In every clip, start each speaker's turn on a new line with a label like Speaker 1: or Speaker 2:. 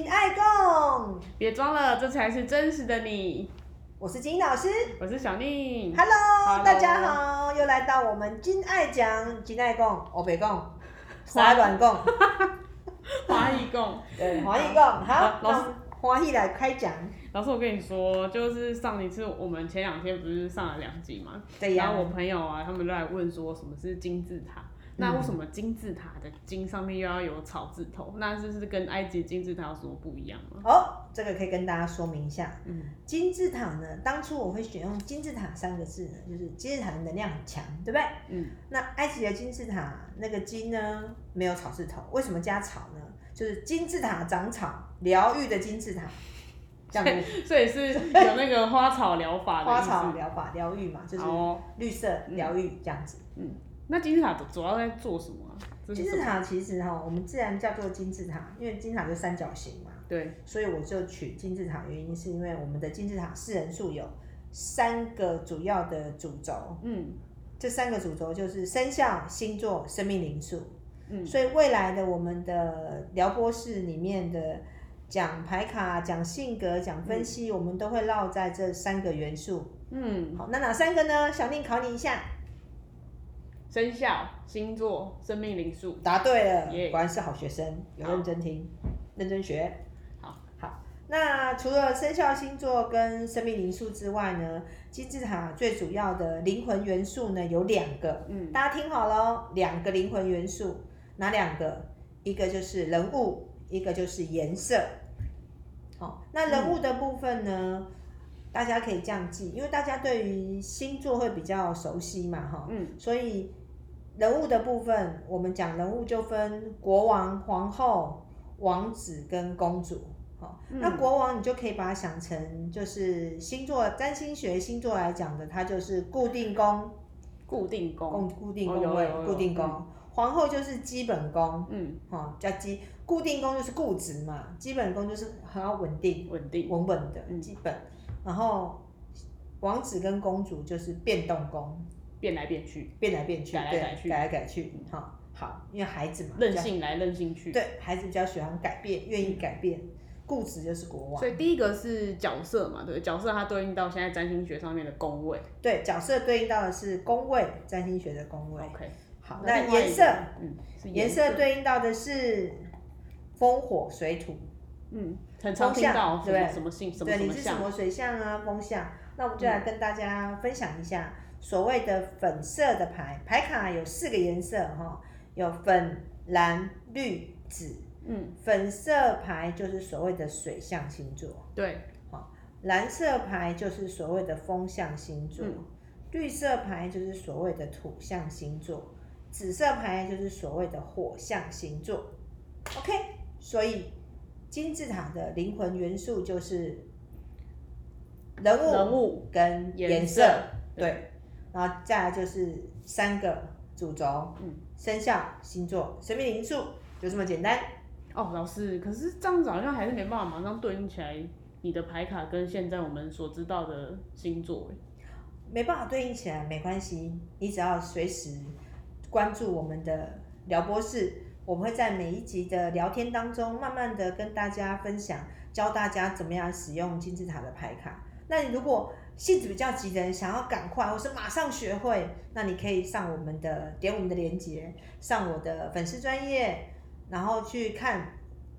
Speaker 1: 动，
Speaker 2: 别装了，这才是真实的你。
Speaker 1: 我是金老师。
Speaker 2: 我是小宁。
Speaker 1: Hello，,
Speaker 2: Hello
Speaker 1: 大家好，又来到我们金爱讲、金爱讲、欧北讲、花软 讲，
Speaker 2: 华裔共，
Speaker 1: 对，欢喜讲。好，
Speaker 2: 老师
Speaker 1: 那欢喜来开讲。
Speaker 2: 老师，我跟你说，就是上一次我们前两天不是上了两集嘛，
Speaker 1: 对
Speaker 2: 然
Speaker 1: 呀
Speaker 2: 后，我朋友啊，他们都来问说什么是金字塔。
Speaker 1: 嗯
Speaker 2: 那为什么金字塔的金上面又要有草字头？那是不是跟埃及金字塔有什么不一样吗？
Speaker 1: 哦，这个可以跟大家说明一下。
Speaker 2: 嗯，
Speaker 1: 金字塔呢，当初我会选用金字塔三个字呢，就是金字塔的能量很强，对不对？
Speaker 2: 嗯。
Speaker 1: 那埃及的金字塔那个金呢，没有草字头，为什么加草呢？就是金字塔长草，疗愈的金字塔，这样子
Speaker 2: 所以是有那个花草疗 法的
Speaker 1: 花
Speaker 2: 意思。
Speaker 1: 草疗法疗愈嘛，就是
Speaker 2: 好哦，
Speaker 1: 绿色疗愈这样子。
Speaker 2: 那金字塔主要在做什么啊？这是
Speaker 1: 金
Speaker 2: 什
Speaker 1: 字
Speaker 2: 么？
Speaker 1: 塔其实哈，我们自然叫做金字塔，因为金字塔就三角形嘛，
Speaker 2: 对，
Speaker 1: 所以我就取金字塔，原因是因为我们的金字塔四人数有三个主要的主轴，
Speaker 2: 嗯
Speaker 1: 这三个主轴就是生肖、星座、生命灵数。
Speaker 2: 嗯
Speaker 1: 所以未来的我们的撩拨式里面的讲牌卡、讲性格、讲分析，我们都会绕在这三个元素。
Speaker 2: 嗯，
Speaker 1: 好，那哪三个呢？小宁考你一下，
Speaker 2: 生肖、星座、生命灵数。
Speaker 1: 答对了，
Speaker 2: 耶
Speaker 1: 果然是好学生，有
Speaker 2: 好
Speaker 1: 认真听，认真学。
Speaker 2: 好，
Speaker 1: 好。那除了生肖星座跟生命灵数之外呢，金字塔最主要的灵魂元素呢有两个，
Speaker 2: 嗯
Speaker 1: 大家听好喽，两个灵魂元素，哪两个？一个就是人物，一个就是颜色。好、那人
Speaker 2: 嗯
Speaker 1: 物的部分呢，大家可以这样记，因为大家对于星座会比较熟悉嘛，哈、
Speaker 2: 嗯
Speaker 1: 所以人物的部分，我们讲人物就分国王、皇后、王子跟公主。好，
Speaker 2: 嗯
Speaker 1: 那国王你就可以把它想成就是星座占星学星座来讲的，它就是固定宫。
Speaker 2: 固定宫。
Speaker 1: 宫固定
Speaker 2: 哦
Speaker 1: 宫
Speaker 2: 有
Speaker 1: 位
Speaker 2: 有有，
Speaker 1: 固定宫。
Speaker 2: 嗯
Speaker 1: 皇后就是基本宫，
Speaker 2: 嗯，
Speaker 1: 哦，叫基固定宫就是固执嘛，基本宫就是很要稳定、
Speaker 2: 嗯稳定。
Speaker 1: 稳稳的
Speaker 2: 嗯
Speaker 1: 基本。然后王子跟公主就是变动宫，
Speaker 2: 变来变去，
Speaker 1: 变来变去，
Speaker 2: 改来
Speaker 1: 对
Speaker 2: 改去
Speaker 1: 改来改去，哈、好，因为孩子嘛，
Speaker 2: 任
Speaker 1: 比较
Speaker 2: 性来任性去。
Speaker 1: 对孩子比较喜欢改变，愿意改变，固执就是国王
Speaker 2: 所。以第一个是角色嘛，对，角色它对应到现在占星学上面的宫位。
Speaker 1: 对，角色对应到的是宫位，占星学的宫位。
Speaker 2: OK。
Speaker 1: 好，
Speaker 2: 那
Speaker 1: 那
Speaker 2: 另外一
Speaker 1: 颜
Speaker 2: 个
Speaker 1: 色，，
Speaker 2: 嗯，是
Speaker 1: 颜色，对应到的是风火水土。
Speaker 2: 嗯，很常
Speaker 1: 风
Speaker 2: 听
Speaker 1: 象
Speaker 2: 到哦什
Speaker 1: 对
Speaker 2: 么什么性什么
Speaker 1: 对，
Speaker 2: 什
Speaker 1: 你
Speaker 2: 么嗯
Speaker 1: 是什
Speaker 2: 象，
Speaker 1: 么水象啊、风象？那我们就来跟大家分享一下所谓的粉色的牌，牌卡有四个颜色哈、有粉、蓝、绿、紫。
Speaker 2: 嗯，
Speaker 1: 粉色牌就是所谓的水象星座，
Speaker 2: 对，
Speaker 1: 蓝色牌就是所谓的风象星座，
Speaker 2: 嗯
Speaker 1: 绿色牌就是所谓的土象星座，紫色牌就是所谓的火象星座。OK，所以金字塔的灵魂元素就是人物、
Speaker 2: 人物
Speaker 1: 跟颜
Speaker 2: 颜
Speaker 1: 色，对，然后再来就是三个主轴，
Speaker 2: 嗯
Speaker 1: 生肖、星座、生命灵数，就这么简单。
Speaker 2: 哦，老师，可是这样子好像还是没办法马上对应起来你的牌卡跟现在我们所知道的星座欸。
Speaker 1: 没办法对应起来没关系，你只要随时关注我们的聊博士，我们会在每一集的聊天当中，慢慢的跟大家分享，教大家怎么样使用金字塔的牌卡。那你如果性子比较急的人，想要赶快或是马上学会，那你可以上我们的点我们的链接，上我的粉丝专业，然后去看。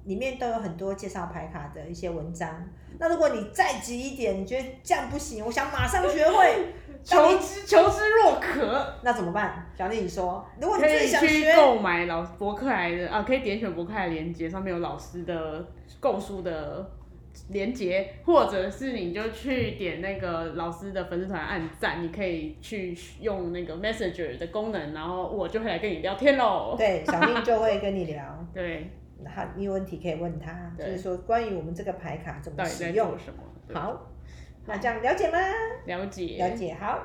Speaker 1: 里面都有很多介绍牌卡的一些文章。那如果你再急一点，你觉得这样不行，我想马上学会，那
Speaker 2: 求
Speaker 1: 你
Speaker 2: 之求之若渴，
Speaker 1: 那怎么办？小丽，你说，如果你
Speaker 2: 可
Speaker 1: 自己
Speaker 2: 以
Speaker 1: 想
Speaker 2: 去
Speaker 1: 学，
Speaker 2: 购买老博客来的啊，可以点选博客来的链接，上面有老师的购书的链接，或者是你就去点那个老师的粉丝团按赞，你可以去用那个 Messenger 的功能，然后我就会来跟你聊天喽。
Speaker 1: 对，小丽就 会跟你聊，
Speaker 2: 对，
Speaker 1: 他你有问题可以问他，就
Speaker 2: 对
Speaker 1: 是说关于我们这个牌卡怎
Speaker 2: 到
Speaker 1: 么
Speaker 2: 底
Speaker 1: 使
Speaker 2: 在
Speaker 1: 用
Speaker 2: 做。什么？对
Speaker 1: 好，那这样了解吗？
Speaker 2: 了解，
Speaker 1: 了解。好，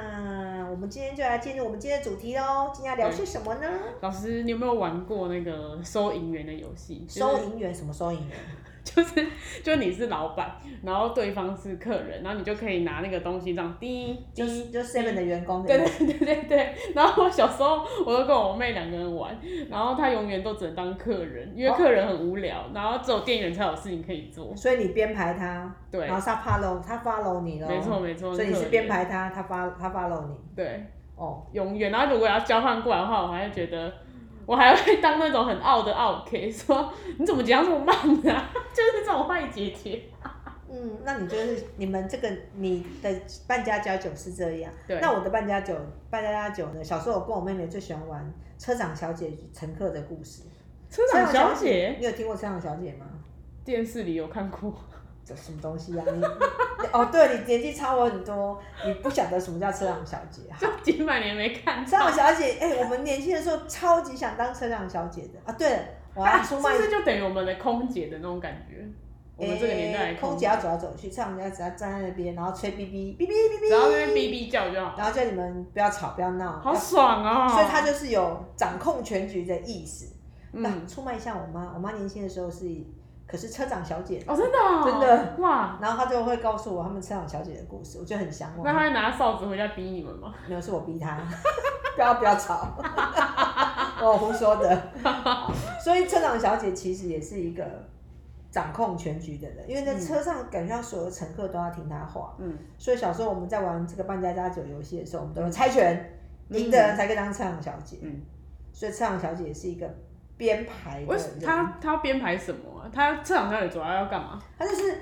Speaker 1: 那我们今天就来进入我们今天的主题喽。今天要聊些什么呢？
Speaker 2: 老师，你有没有玩过那个收银员的游戏？就是
Speaker 1: 收银员什么收银员？
Speaker 2: 就是就你是老板，然后对方是客人，然后你就可以拿那个东西这样滴
Speaker 1: 就
Speaker 2: 滴
Speaker 1: 是就 Seven 的员工
Speaker 2: 对
Speaker 1: 对不
Speaker 2: 对
Speaker 1: 对
Speaker 2: 对对对，然后我小时候我都跟我妹两个人玩，然后她永远都只能当客人，因为
Speaker 1: 哦
Speaker 2: 客人很无聊，然后只有店员才有事情可以做。
Speaker 1: 所以你编排他，
Speaker 2: 对
Speaker 1: 然后他 follow 他 follow 你咯，
Speaker 2: 没错没错，
Speaker 1: 啊所以你
Speaker 2: 客
Speaker 1: 是
Speaker 2: 人
Speaker 1: 编排他，他 follow 他 follow 你，
Speaker 2: 对，
Speaker 1: 哦，
Speaker 2: 永远。然后如果要交换过来的话，我还会觉得我还会当那种很傲的傲 K，说你怎么讲这么慢啊？ 就是这种坏姐姐。
Speaker 1: 嗯，那你就是你们这个你的半家家酒是这样，
Speaker 2: 对，
Speaker 1: 那我的半家酒半家家酒呢，小时候我跟我妹妹最喜欢玩车长小姐与乘客的故事。
Speaker 2: 车长小姐
Speaker 1: 你有听过车长小姐吗？
Speaker 2: 电视里有看过，
Speaker 1: 这什么东西啊？你你哦，对你年纪差我很多，你不晓得什么叫车长小姐啊？
Speaker 2: 就几百年没看
Speaker 1: 车
Speaker 2: 到。
Speaker 1: 长小姐，哎、我们年轻的时候超级想当车长小姐的啊！对了，我
Speaker 2: 啊
Speaker 1: 要
Speaker 2: 是
Speaker 1: 出
Speaker 2: 不
Speaker 1: 卖、
Speaker 2: 是就等于我们的空姐的那种感觉？我们这个年代
Speaker 1: 哎
Speaker 2: 的
Speaker 1: 空姐
Speaker 2: 姐，
Speaker 1: 要走来走去，车长小姐只要站在那边，然后吹哔哔哔哔哔哔，
Speaker 2: 只要在那边哔哔叫就好，
Speaker 1: 然后叫你们不要吵，不要闹，
Speaker 2: 好爽哦！
Speaker 1: 所以她就是有掌控全局的意思。那、
Speaker 2: 嗯，
Speaker 1: 出卖一下我妈，我妈年轻的时候是，可是车长小姐，
Speaker 2: 哦，真的哦，
Speaker 1: 真的
Speaker 2: 哇！
Speaker 1: 然后她就会告诉我他们车长小姐的故事，我就很向往
Speaker 2: 那。他会拿哨子回家逼你们吗？
Speaker 1: 没有，是我逼他，不要不要吵， 我胡说 的。所以车长小姐其实也是一个掌控全局的人，因为在车上感觉到所有乘客都要听他话。
Speaker 2: 嗯，
Speaker 1: 所以小时候我们在玩这个扮家家酒游戏的时候，我们都会猜拳，赢的人才可以当车长小姐。
Speaker 2: 嗯，
Speaker 1: 所以车长小姐也是一个编排的
Speaker 2: 为什
Speaker 1: 人，
Speaker 2: 他他要编排什么啊？他这场小姐主要要干嘛？
Speaker 1: 她就是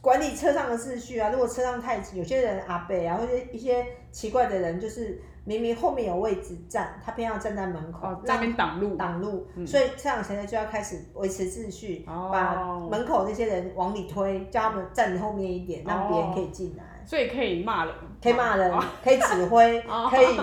Speaker 1: 管理车上的秩序啊。如果车上太挤，有些人阿伯啊，或者一些奇怪的人，就是明明后面有位置站，他偏要站在门口，
Speaker 2: 哦，在那
Speaker 1: 让
Speaker 2: 边挡路。
Speaker 1: 挡路，
Speaker 2: 嗯
Speaker 1: 所以车长小姐就要开始维持秩序，
Speaker 2: 哦
Speaker 1: 把门口那些人往里推，叫他们站你后面一点，让别人可以进来，
Speaker 2: 所以可以骂人，
Speaker 1: 可以骂人，
Speaker 2: 哦
Speaker 1: 可以指挥，
Speaker 2: 哦
Speaker 1: 可以。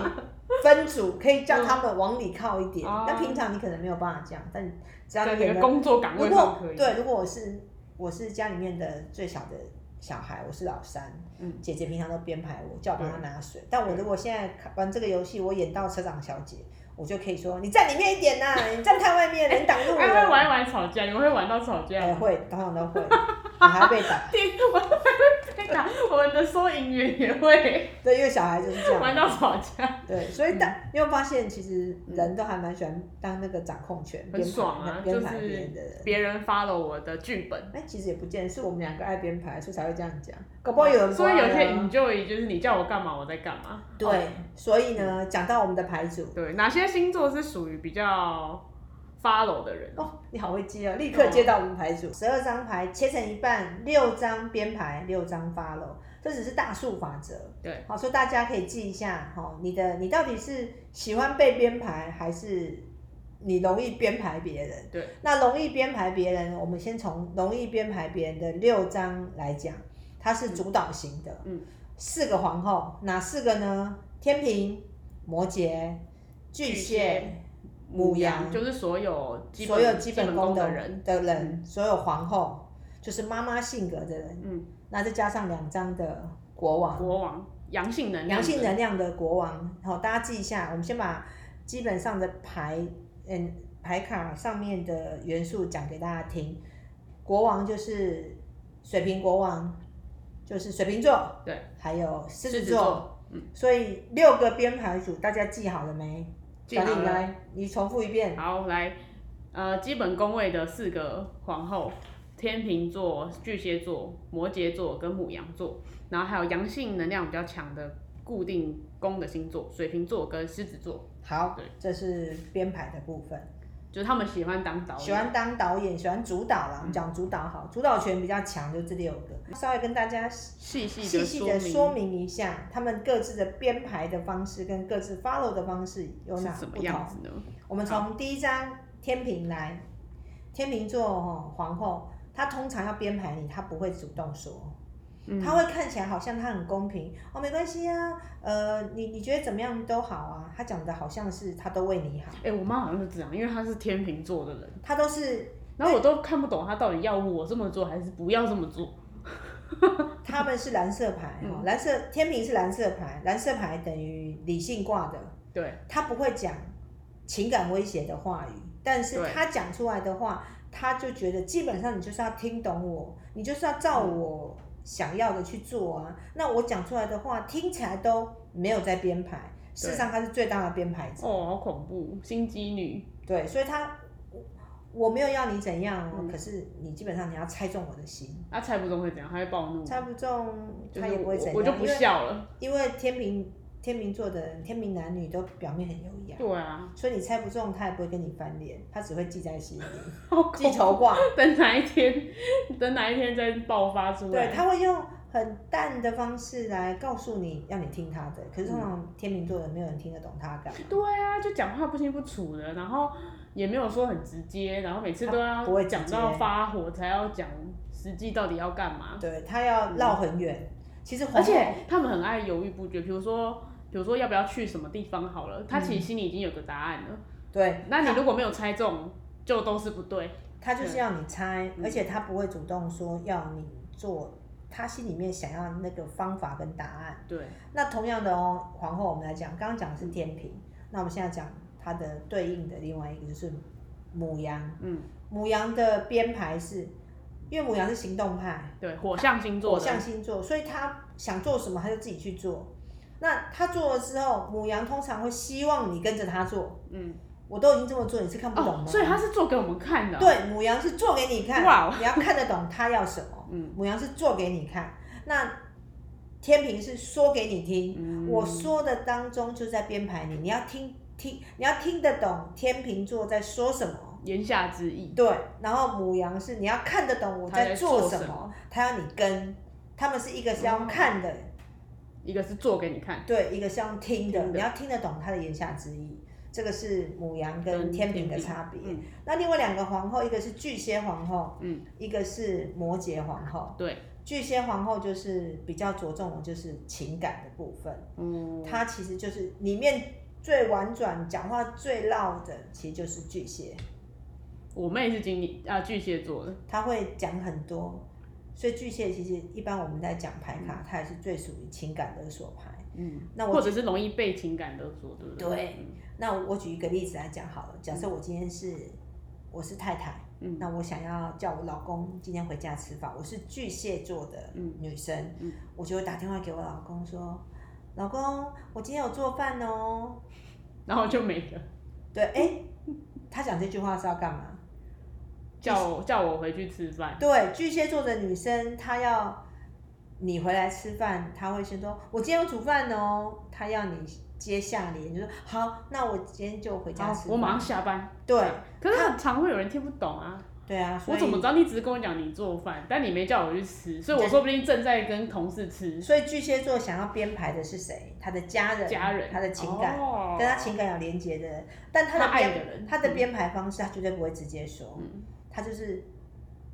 Speaker 1: 分组可以叫他们往里靠一点，
Speaker 2: 嗯哦
Speaker 1: 那平常你可能没有办法这样，但只要
Speaker 2: 在
Speaker 1: 你
Speaker 2: 那
Speaker 1: 演
Speaker 2: 个
Speaker 1: 了
Speaker 2: 工作岗
Speaker 1: 如
Speaker 2: 位上
Speaker 1: 果
Speaker 2: 可以。
Speaker 1: 对，如果我是我是家里面的最小的小孩，我是老三，
Speaker 2: 嗯
Speaker 1: 姐姐平常都编排我，叫我帮她拿水。但我如果现在玩这个游戏，我演到车长小姐，我就可以说你站里面一点呐、你站太外面了，你挡路
Speaker 2: 哎，会
Speaker 1: 了。
Speaker 2: 玩一玩吵架，你们会玩到吵架
Speaker 1: 哎，
Speaker 2: 吗？
Speaker 1: 会，通常都会，我还被打。
Speaker 2: 对，我们会被打， 我们的收银员也会
Speaker 1: 对，因为小孩就是这样。
Speaker 2: 玩到嗯吵架，
Speaker 1: 对，所以当你有没有发现，其实人都还蛮喜欢当那个掌控权，
Speaker 2: 很
Speaker 1: 编
Speaker 2: 爽啊
Speaker 1: 排、！
Speaker 2: 就
Speaker 1: 编排别
Speaker 2: 是
Speaker 1: 人的人。
Speaker 2: 别人发了我的剧本，
Speaker 1: 哎，其实也不见得是我们两个爱编排，所以才会这样讲。搞不好有人不
Speaker 2: 哦所以有
Speaker 1: 爱
Speaker 2: 些
Speaker 1: 啊
Speaker 2: enjoy 就是你叫我干嘛我在干嘛。
Speaker 1: 对，所以呢，讲到我们的牌组
Speaker 2: 对，哪些星座是属于比较 follow 的人？
Speaker 1: 哦，你好会接哦，立刻接到我们牌组，十二张牌切成一半，六张编排，六张 follow，这只是大数法则。
Speaker 2: 对，
Speaker 1: 好，所以大家可以记一下，哦，你的你到底是喜欢被编排，还是你容易编排别人？
Speaker 2: 对，
Speaker 1: 那容易编排别人，我们先从容易编排别人的六张来讲，它是主导型的，
Speaker 2: 嗯，
Speaker 1: 四个皇后，哪四个呢？天平、摩羯、巨
Speaker 2: 巨
Speaker 1: 蟹
Speaker 2: 蟹、
Speaker 1: 母羊
Speaker 2: 就是所有基本
Speaker 1: 所有基本
Speaker 2: 功
Speaker 1: 功
Speaker 2: 的
Speaker 1: 的
Speaker 2: 人。
Speaker 1: 的人，所有皇后就是妈妈性格的人，
Speaker 2: 嗯，
Speaker 1: 那再加上两张的国王，
Speaker 2: 国王阳性能量
Speaker 1: 阳
Speaker 2: 的
Speaker 1: 性能量的国王，好，大家记一下，我们先把基本上的牌，嗯，牌卡上面的元素讲给大家听。国王就是水瓶国王，就是水瓶座，
Speaker 2: 对，
Speaker 1: 还有狮
Speaker 2: 狮
Speaker 1: 子
Speaker 2: 子
Speaker 1: 座，
Speaker 2: 座，嗯，
Speaker 1: 所以六个编排组，大家记好了没？
Speaker 2: 记好
Speaker 1: 小丽
Speaker 2: 了
Speaker 1: 来，你重复一遍。
Speaker 2: 好，来，呃，基本宫位的四个皇后，天秤座、巨蟹座、摩羯座跟母羊座，然后还有阳性能量比较强的固定宫的星座，水瓶座跟狮子座，
Speaker 1: 好
Speaker 2: 对，
Speaker 1: 这是编排的部分。
Speaker 2: 就是他们喜欢当导
Speaker 1: 喜
Speaker 2: 演。嗯
Speaker 1: 欢当导演，喜欢主导啦。我们讲主导好，主导权比较强，就这六个。稍微跟大家
Speaker 2: 细细
Speaker 1: 细
Speaker 2: 的
Speaker 1: 细
Speaker 2: 说
Speaker 1: 的
Speaker 2: 明
Speaker 1: 说明一下，他们各自的编排的方式跟各自 follow 的方式有哪
Speaker 2: 是什
Speaker 1: 不
Speaker 2: 么
Speaker 1: 同。
Speaker 2: 样子呢？
Speaker 1: 我们从第一张天平来，天平座哦，皇后，她通常要编排你，她不会主动说。
Speaker 2: 嗯
Speaker 1: 她会看起来好像她很公平哦，没关系啊，呃，你你觉得怎么样都好啊。她讲的好像是她都为你好，
Speaker 2: 哎、我妈好像是这样，因为她是天秤座的人，
Speaker 1: 她都是哎
Speaker 2: 然后我都看不懂她到底要我这么做还是不要这么做。
Speaker 1: 他们是蓝色牌哦，
Speaker 2: 嗯
Speaker 1: 蓝色天平是蓝色牌，蓝色牌等于理性挂的，
Speaker 2: 对，
Speaker 1: 他不会讲情感威胁的话语，但是
Speaker 2: 对
Speaker 1: 他讲出来的话，他就觉得基本上你就是要听懂我，你就是要照我想要的去做啊。那我讲出来的话听起来都没有在编排，事实上他是最大的编排者。
Speaker 2: 哦，好恐怖，心机女，
Speaker 1: 对，所以他我我没有要你怎样哦，
Speaker 2: 嗯
Speaker 1: 可是你基本上你要猜中我的心，
Speaker 2: 她、猜啊不中会怎样？她会暴怒吗，
Speaker 1: 猜不中
Speaker 2: 就
Speaker 1: 他
Speaker 2: 是
Speaker 1: 也不会
Speaker 2: 我
Speaker 1: 怎样，
Speaker 2: 我就不笑了。
Speaker 1: 因为因为天平天秤座的人，天秤男女都表面很优雅，
Speaker 2: 对啊，
Speaker 1: 所以你猜不中他也不会跟你翻脸，他只会记在心里，
Speaker 2: 好恐
Speaker 1: 记
Speaker 2: 怖。
Speaker 1: 仇挂。
Speaker 2: 等哪一天， 等哪一天再爆发出来。
Speaker 1: 对，他会用很淡的方式来告诉你，要你听他的。可是通常天秤座的没有人听得懂他干嘛，
Speaker 2: 对啊，就讲话不清不楚的，然后也没有说很直接，然后每次都
Speaker 1: 不会直
Speaker 2: 要讲到
Speaker 1: 接
Speaker 2: 发火才要讲实际到底要干嘛。
Speaker 1: 对他要绕很远。其实
Speaker 2: 而
Speaker 1: 黄
Speaker 2: 且他们很爱犹豫不决，比如说，比如说要不要去什么地方好了，他其实心里已经有个答案了。
Speaker 1: 对，
Speaker 2: 那你如果没有猜中，就都是不对。
Speaker 1: 他就是要你猜，
Speaker 2: 嗯
Speaker 1: 而且他不会主动说要你做他心里面想要那个方法跟答案。
Speaker 2: 对，
Speaker 1: 那同样的哦，皇后我们来讲，刚刚讲的是天平，那我们现在讲它的对应的另外一个就是母羊。
Speaker 2: 嗯，
Speaker 1: 母羊的编排是，因为母羊是行动派，
Speaker 2: 对，火象星座
Speaker 1: 火
Speaker 2: 的
Speaker 1: 象，星座，所以他想做什么他就自己去做。那他做了之后，母羊通常会希望你跟着他做。
Speaker 2: 嗯，
Speaker 1: 我都已经这么做，你是看不懂
Speaker 2: 哦
Speaker 1: 吗？，
Speaker 2: 所以他是做给我们看的。，
Speaker 1: 对母羊是做给你看，
Speaker 2: 哇哦
Speaker 1: 你要看得懂他要什么。
Speaker 2: 嗯
Speaker 1: 母羊是做给你看，那天平是说给你听。
Speaker 2: 嗯
Speaker 1: 我说的当中就在编排你，你要听听，你要听得懂天秤座在说什么。
Speaker 2: 言下之意，
Speaker 1: 对，然后母羊是你要看得懂我
Speaker 2: 他在
Speaker 1: 在做
Speaker 2: 做
Speaker 1: 什
Speaker 2: 什
Speaker 1: 么
Speaker 2: 么，哦
Speaker 1: 他要你跟，他们是一个是要看的，
Speaker 2: 一个是做给你看，
Speaker 1: 对，一个是要听的，
Speaker 2: 听的
Speaker 1: 你要听得懂他的言下之意。这个是母羊跟
Speaker 2: 跟
Speaker 1: 天平
Speaker 2: 平
Speaker 1: 的差别。
Speaker 2: 嗯
Speaker 1: 那另外两个皇后，一个是巨蟹皇后，
Speaker 2: 嗯，
Speaker 1: 一个是摩羯皇后。
Speaker 2: 对，
Speaker 1: 巨蟹皇后就是比较着重的就是情感的部分，
Speaker 2: 嗯，
Speaker 1: 她其实就是里面最婉转、讲话最绕的，其实就是巨蟹。
Speaker 2: 我妹是金牛啊，巨蟹座的，
Speaker 1: 他会讲很多，所以巨蟹其实一般我们在讲牌卡，它也是最属于情感勒索牌。
Speaker 2: 嗯，
Speaker 1: 那
Speaker 2: 或
Speaker 1: 我
Speaker 2: 者是容易被情感勒索，对不嗯对？
Speaker 1: 对那我举一个例子来讲好了，假设我今天是我是太太，
Speaker 2: 嗯
Speaker 1: 那我想要叫我老公今天回家吃饭，我是巨蟹座的
Speaker 2: 嗯
Speaker 1: 女生，
Speaker 2: 嗯
Speaker 1: 我就会打电话给我老公说，老公，我今天有做饭哦，
Speaker 2: 然后就没了，
Speaker 1: 对，哎， 他讲这句话是要干嘛？
Speaker 2: 叫我叫我回去吃饭，
Speaker 1: 对，巨蟹座的女生，她要你回来吃饭，她会先说：“我今天有煮饭哦。”她要你接下联，就说：“好，那我今天就回家
Speaker 2: 好
Speaker 1: 吃。”
Speaker 2: 我马上下班。
Speaker 1: 对
Speaker 2: 可是很常会有人听不懂啊，
Speaker 1: 对啊，所
Speaker 2: 我
Speaker 1: 以
Speaker 2: 怎么知道？你只是跟我讲你做饭，但你没叫我去吃，所以我说不定正在跟同事吃，
Speaker 1: 所以巨蟹座想要编排的是谁？他的家人，
Speaker 2: 家人，
Speaker 1: 他的情感，
Speaker 2: 哦、
Speaker 1: 跟他情感有连接的人，但他的
Speaker 2: 他爱
Speaker 1: 编
Speaker 2: 的人
Speaker 1: 他的编排方式，他绝对不会直接说，
Speaker 2: 嗯
Speaker 1: 他就是。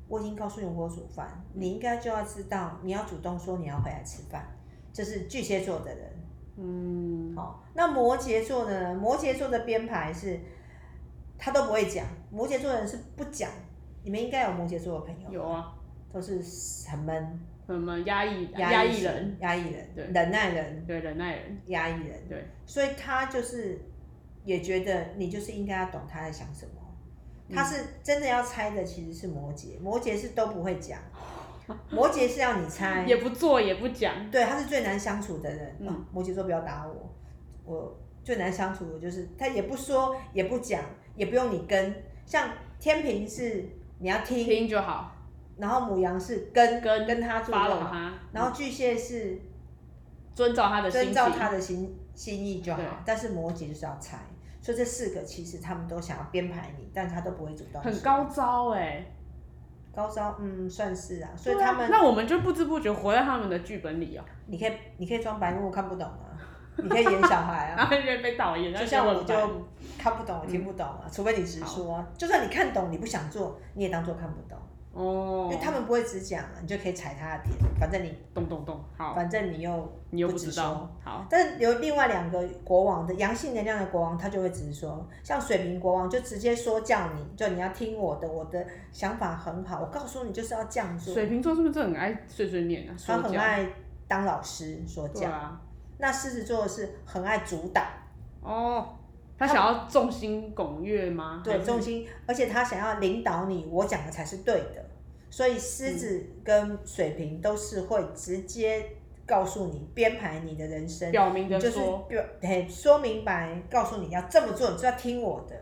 Speaker 1: 我已经告诉你我煮饭，
Speaker 2: 嗯
Speaker 1: 你应该就要知道，你要主动说你要回来吃饭，这是巨蟹座的人。
Speaker 2: 嗯，
Speaker 1: 哦，那摩羯座的呢？摩羯座的编排是，他都不会讲。摩羯座的人是不讲，你们应该有摩羯座的朋友，
Speaker 2: 有啊，
Speaker 1: 都是很闷、
Speaker 2: 什么压抑
Speaker 1: 压
Speaker 2: 抑
Speaker 1: 型
Speaker 2: 人，、
Speaker 1: 压抑人、
Speaker 2: 对
Speaker 1: 忍耐人、
Speaker 2: 对忍耐人，
Speaker 1: 压抑人。
Speaker 2: 对，
Speaker 1: 所以他就是也觉得你就是应该要懂他在想什么。
Speaker 2: 嗯
Speaker 1: 他是真的要猜的，其实是摩羯，摩羯是都不会讲， 摩羯是要你猜，
Speaker 2: 也不做也不讲，
Speaker 1: 对，他是最难相处的人。
Speaker 2: 嗯
Speaker 1: 哦摩羯座不要打我，我最难相处的就是他也不说，也不讲，也不用你跟。像天平是你要听，
Speaker 2: 听就好，
Speaker 1: 然后母羊是跟
Speaker 2: 跟
Speaker 1: 跟他做就
Speaker 2: 发拢
Speaker 1: 好，
Speaker 2: 他，
Speaker 1: 然后巨蟹是
Speaker 2: 遵照他的心
Speaker 1: 遵
Speaker 2: 情，
Speaker 1: 照他的心心意就好
Speaker 2: 对。
Speaker 1: 但是摩羯就是要猜，所以这四个其实他们都想要编排你，但是他都不会主动。
Speaker 2: 很高招哎、
Speaker 1: 高招，嗯，算是啊。所以
Speaker 2: 对啊
Speaker 1: 他们，
Speaker 2: 那我们就不知不觉活在他们的剧本里哦、
Speaker 1: 你可以你可以装白目看不懂啊，你可以演小孩啊
Speaker 2: 然。后就会被导演，
Speaker 1: 就像我就
Speaker 2: 然后很烦
Speaker 1: 看不懂，我听不懂
Speaker 2: 嗯
Speaker 1: 啊，除非你直说啊。就算你看懂，你不想做，你也当做看不懂，因为
Speaker 2: 哦，
Speaker 1: 他们不会直讲啊，你就可以踩他的点，反正你
Speaker 2: 咚咚咚，好，
Speaker 1: 反正你又
Speaker 2: 你又
Speaker 1: 不
Speaker 2: 不
Speaker 1: 直
Speaker 2: 知
Speaker 1: 说
Speaker 2: 道，好。
Speaker 1: 但是有另外两个国王的阳性能量的国王，他就会直说，像水瓶国王就直接说叫你，就你要听我的，我的想法很好，我告诉你就是要这样做。
Speaker 2: 水瓶座是不是真的很爱碎碎念啊？
Speaker 1: 他
Speaker 2: 说
Speaker 1: 很
Speaker 2: 教
Speaker 1: 爱当老师说
Speaker 2: 对
Speaker 1: 教，
Speaker 2: 啊，
Speaker 1: 那狮子座是很爱主导，
Speaker 2: 哦，他想要众星拱月吗？还
Speaker 1: 对，
Speaker 2: 是
Speaker 1: 重心，而且他想要领导你，我讲的才是对的。所以狮子跟水瓶都是会直接告诉你编排你的人生，
Speaker 2: 表明着
Speaker 1: 就是
Speaker 2: 说，
Speaker 1: 表嘿说明白，告诉你要这么做，你就要听我的。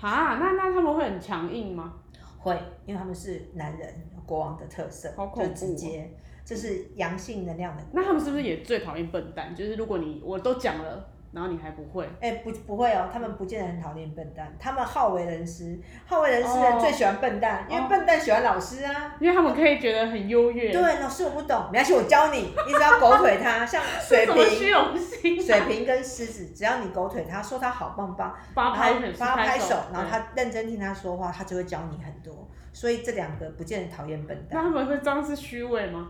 Speaker 2: 啊，那那他们会很强硬吗？
Speaker 1: 会，因为他们是男人国王的特色，
Speaker 2: 好恐怖哦
Speaker 1: 就直接，这是阳性能量的。
Speaker 2: 那他们是不是也最讨厌笨蛋？就是如果你我都讲了，然后你还不会，
Speaker 1: 哎、不不会哦，他们不见得很讨厌笨蛋，他们好为人师，好为人师的人
Speaker 2: 哦
Speaker 1: 最喜欢笨蛋，因
Speaker 2: 哦
Speaker 1: 为笨蛋喜欢老师啊。
Speaker 2: 因为他们可以觉得很优越，
Speaker 1: 对，老师我不懂，没关系，我教你，你只要狗腿他，像水
Speaker 2: 这什么
Speaker 1: 瓶、
Speaker 2: 虚荣心、啊？
Speaker 1: 水瓶跟狮子，只要你狗腿他，说他好棒棒，
Speaker 2: 八拍
Speaker 1: 然
Speaker 2: 很
Speaker 1: 后帮他拍手，然后
Speaker 2: 对
Speaker 1: 他认真听他说话，他就会教你很多。所以这两个不见得讨厌笨
Speaker 2: 那
Speaker 1: 蛋
Speaker 2: 他们会这样是虚伪吗？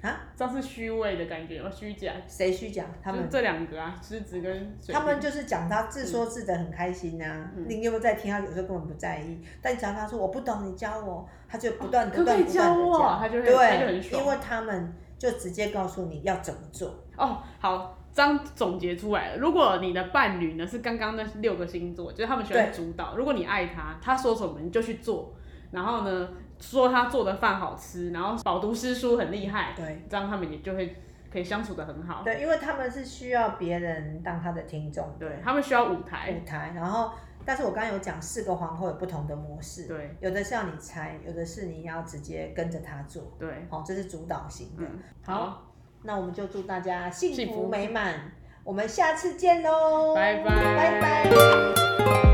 Speaker 1: 啊，
Speaker 2: 这样是虚伪的感觉吗？虚假？
Speaker 1: 谁虚假？他
Speaker 2: 就
Speaker 1: 们
Speaker 2: 这两个啊，狮子跟水瓶。
Speaker 1: 他们就是讲他自说自得很开心啊，
Speaker 2: 嗯
Speaker 1: 你有没有在听？他有时候根本不在意，但只要他说我不懂，你教我，他就不断不
Speaker 2: 可不可
Speaker 1: 断
Speaker 2: 以
Speaker 1: 不
Speaker 2: 教
Speaker 1: 断的
Speaker 2: 我啊？
Speaker 1: 讲，
Speaker 2: 他就会他就很
Speaker 1: 对，
Speaker 2: 爽
Speaker 1: 因。为他们就直接告诉你要怎么做，
Speaker 2: 哦，好，这样总结出来了。如果你的伴侣呢是刚刚那六个星座，就是他们喜欢
Speaker 1: 对
Speaker 2: 主导。如果你爱他，他说什么你就去做，然后呢说他做的饭好吃，然后饱读诗书很厉害，
Speaker 1: 对。
Speaker 2: 这样他们也就会可以相处的很好。
Speaker 1: 对，因为他们是需要别人当他的听众的
Speaker 2: 对，他们需要舞台。
Speaker 1: 舞台，然后，但是我刚刚有讲四个皇后有不同的模式，
Speaker 2: 对
Speaker 1: 有的是要你猜，有的是你要直接跟着他做，
Speaker 2: 对，
Speaker 1: 好、这是主导型的。
Speaker 2: 嗯，
Speaker 1: 好，那我们就祝大家幸
Speaker 2: 幸
Speaker 1: 福
Speaker 2: 福
Speaker 1: 美满，我们下次见喽，
Speaker 2: 拜拜
Speaker 1: 拜拜